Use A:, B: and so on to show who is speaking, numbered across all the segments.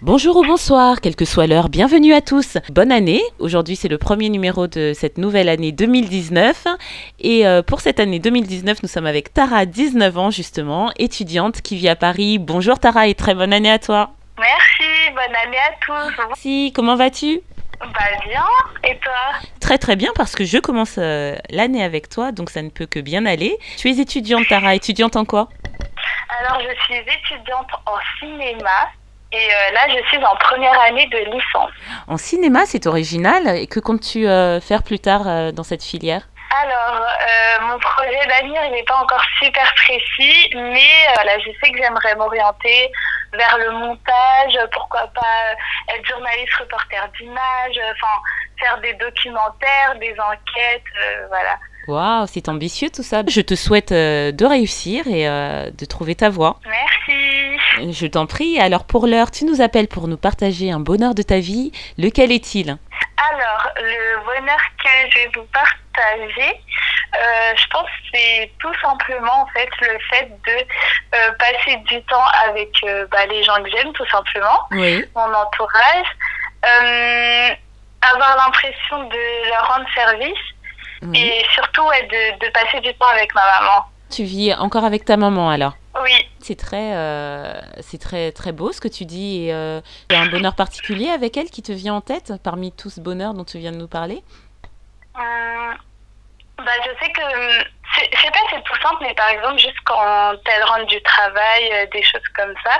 A: Bonjour ou bonsoir, quelle que soit l'heure, bienvenue à tous. Bonne année. Aujourd'hui, c'est le premier numéro de cette nouvelle année 2019. Et euh, pour cette année 2019, nous sommes avec Tara, 19 ans justement, étudiante qui vit à Paris. Bonjour Tara et très bonne année à toi.
B: Merci, bonne année à tous.
A: Si, comment vas-tu
B: Bah bien, et toi
A: Très très bien parce que je commence euh, l'année avec toi, donc ça ne peut que bien aller. Tu es étudiante Tara, étudiante en quoi
B: Alors je suis étudiante en cinéma et euh, là je suis en première année de licence.
A: En cinéma, c'est original. Et que comptes-tu euh, faire plus tard euh, dans cette filière
B: Alors euh, mon projet d'avenir il n'est pas encore super précis, mais euh, voilà, je sais que j'aimerais m'orienter vers le montage, pourquoi pas euh, être journaliste reporter d'image, enfin faire des documentaires, des enquêtes, euh, voilà.
A: Waouh, c'est ambitieux tout ça. Je te souhaite euh, de réussir et euh, de trouver ta voie.
B: Merci.
A: Je t'en prie. Alors pour l'heure, tu nous appelles pour nous partager un bonheur de ta vie. Lequel est-il
B: Alors, le bonheur que je vais vous partager, euh, je pense que c'est tout simplement en fait le fait de euh, passer du temps avec euh, bah, les gens que j'aime, tout simplement,
A: Oui.
B: mon entourage, euh, avoir l'impression de leur rendre service et surtout ouais, de, de passer du temps avec ma maman.
A: Tu vis encore avec ta maman alors
B: Oui,
A: c'est très, euh, c'est très, très beau ce que tu dis. Et euh, il y a un bonheur particulier avec elle qui te vient en tête parmi tout ce bonheur dont tu viens de nous parler.
B: Hum, bah, je sais que hum, c'est- je sais pas, c'est tout simple, mais par exemple, juste quand elle rentre du travail, euh, des choses comme ça,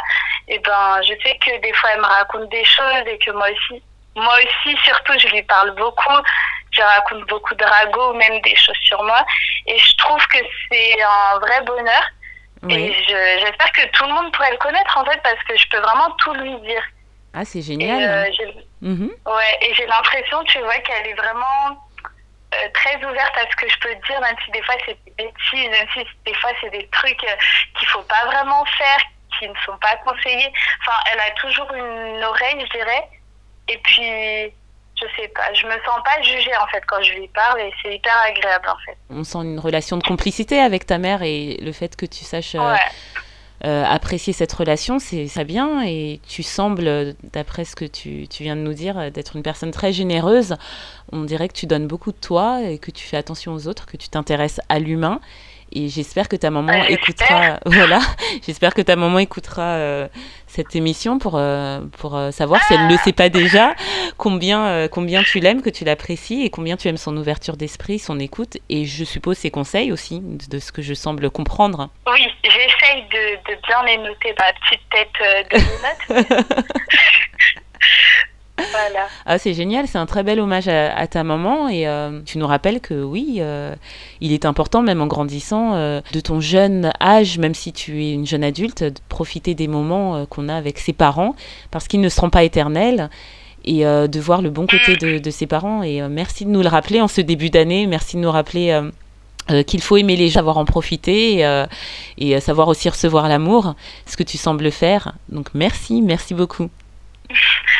B: et ben, je sais que des fois elle me raconte des choses et que moi aussi, moi aussi surtout, je lui parle beaucoup, je lui raconte beaucoup de ragots, même des choses sur moi, et je trouve que c'est un vrai bonheur. Et
A: Oui.
B: je- j'espère que tout le monde pourrait le connaître en fait, parce que je peux vraiment tout lui dire.
A: Ah, c'est
B: Et,
A: génial.
B: euh, j'ai-
A: Mhm.
B: Ouais, et j'ai l'impression, tu vois, qu'elle est vraiment euh, très ouverte à ce que je peux te dire, même si des fois c'est des bêtises, même si des fois c'est des trucs euh, qu'il faut pas vraiment faire, qui ne sont pas conseillés. Enfin, elle a toujours une oreille, je dirais. Et puis, je sais pas, je me sens pas jugée en fait quand je lui parle et c'est hyper agréable en fait.
A: On sent une relation de complicité avec ta mère et le fait que tu saches euh,
B: Ouais.
A: euh, apprécier cette relation, c'est ça bien. Et tu sembles, euh, d'après ce que tu, tu viens de nous dire, euh, d'être une personne très généreuse. On dirait que tu donnes beaucoup de toi et que tu fais attention aux autres, que tu t'intéresses à l'humain. Et j'espère que ta maman
B: Ouais,
A: écoutera. Voilà, j'espère que ta maman écoutera euh, cette émission pour euh, pour euh, savoir si elle ne le sait pas déjà combien euh, combien tu l'aimes, que tu l'apprécies et combien tu aimes son ouverture d'esprit, son écoute et je suppose ses conseils aussi de- de ce que je semble comprendre.
B: Oui, j'essaye de, de bien les noter dans la petite tête euh, de mes notes. voilà.
A: Ah, c'est génial, c'est un très bel hommage à, à ta maman et euh, tu nous rappelles que oui, euh, il est important même en grandissant euh, de ton jeune âge, même si tu es une jeune adulte, de profiter des moments euh, qu'on a avec ses parents parce qu'ils ne seront pas éternels et euh, de voir le bon côté de, de ses parents. Et euh, merci de nous le rappeler en ce début d'année, merci de nous rappeler euh, euh, qu'il faut aimer les gens, savoir en profiter et, euh, et euh, savoir aussi recevoir l'amour, ce que tu sembles faire. Donc merci, merci beaucoup.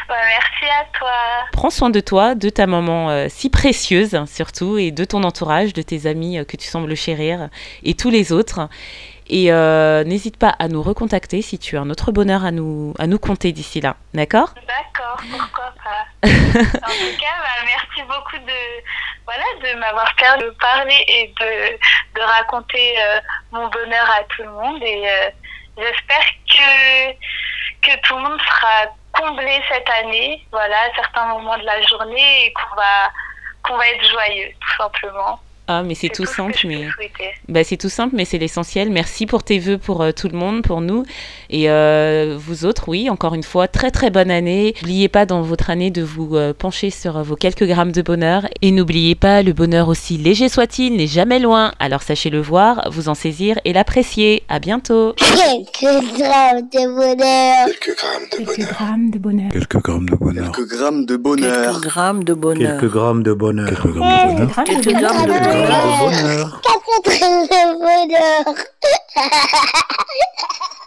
B: Bah, merci à toi.
A: Prends soin de toi, de ta maman euh, si précieuse hein, surtout, et de ton entourage, de tes amis euh, que tu sembles chérir, et tous les autres. Et euh, n'hésite pas à nous recontacter si tu as un autre bonheur à nous, à nous compter d'ici là, d'accord
B: D'accord, pourquoi pas. en tout cas, bah, merci beaucoup de, voilà, de m'avoir permis de parler et de, de raconter euh, mon bonheur à tout le monde. Et euh, j'espère que, que tout le monde sera comblé cette année, voilà, à certains moments de la journée et qu'on va, qu'on va être joyeux, tout simplement.
A: Ah, mais c'est tout
B: ce que
A: simple,
B: je peux
A: mais...
B: souhaiter.
A: Bah, c'est tout simple, mais c'est l'essentiel. Merci pour tes vœux pour euh, tout le monde, pour nous. Et euh, vous autres, oui, encore une fois, très très bonne année. N'oubliez pas dans votre année de vous euh, pencher sur euh, vos quelques grammes de bonheur. Et n'oubliez pas, le bonheur aussi léger soit-il, n'est jamais loin. Alors sachez le voir, vous en saisir et l'apprécier. À bientôt.
C: Quelques grammes de bonheur.
D: Quelques grammes de
E: Quelques
D: bonheur.
E: grammes de bonheur.
F: Quelques grammes de bonheur.
G: Quelques grammes de
H: Quelques
G: bonheur.
H: grammes de bonheur.
I: Quelques grammes de bonheur.
F: Quelques grammes de bonheur.
E: Quelques
H: Quelques
E: grammes
H: grammes
E: de bonheur.
H: de bonheur.
C: Quatre grammes de bonheur.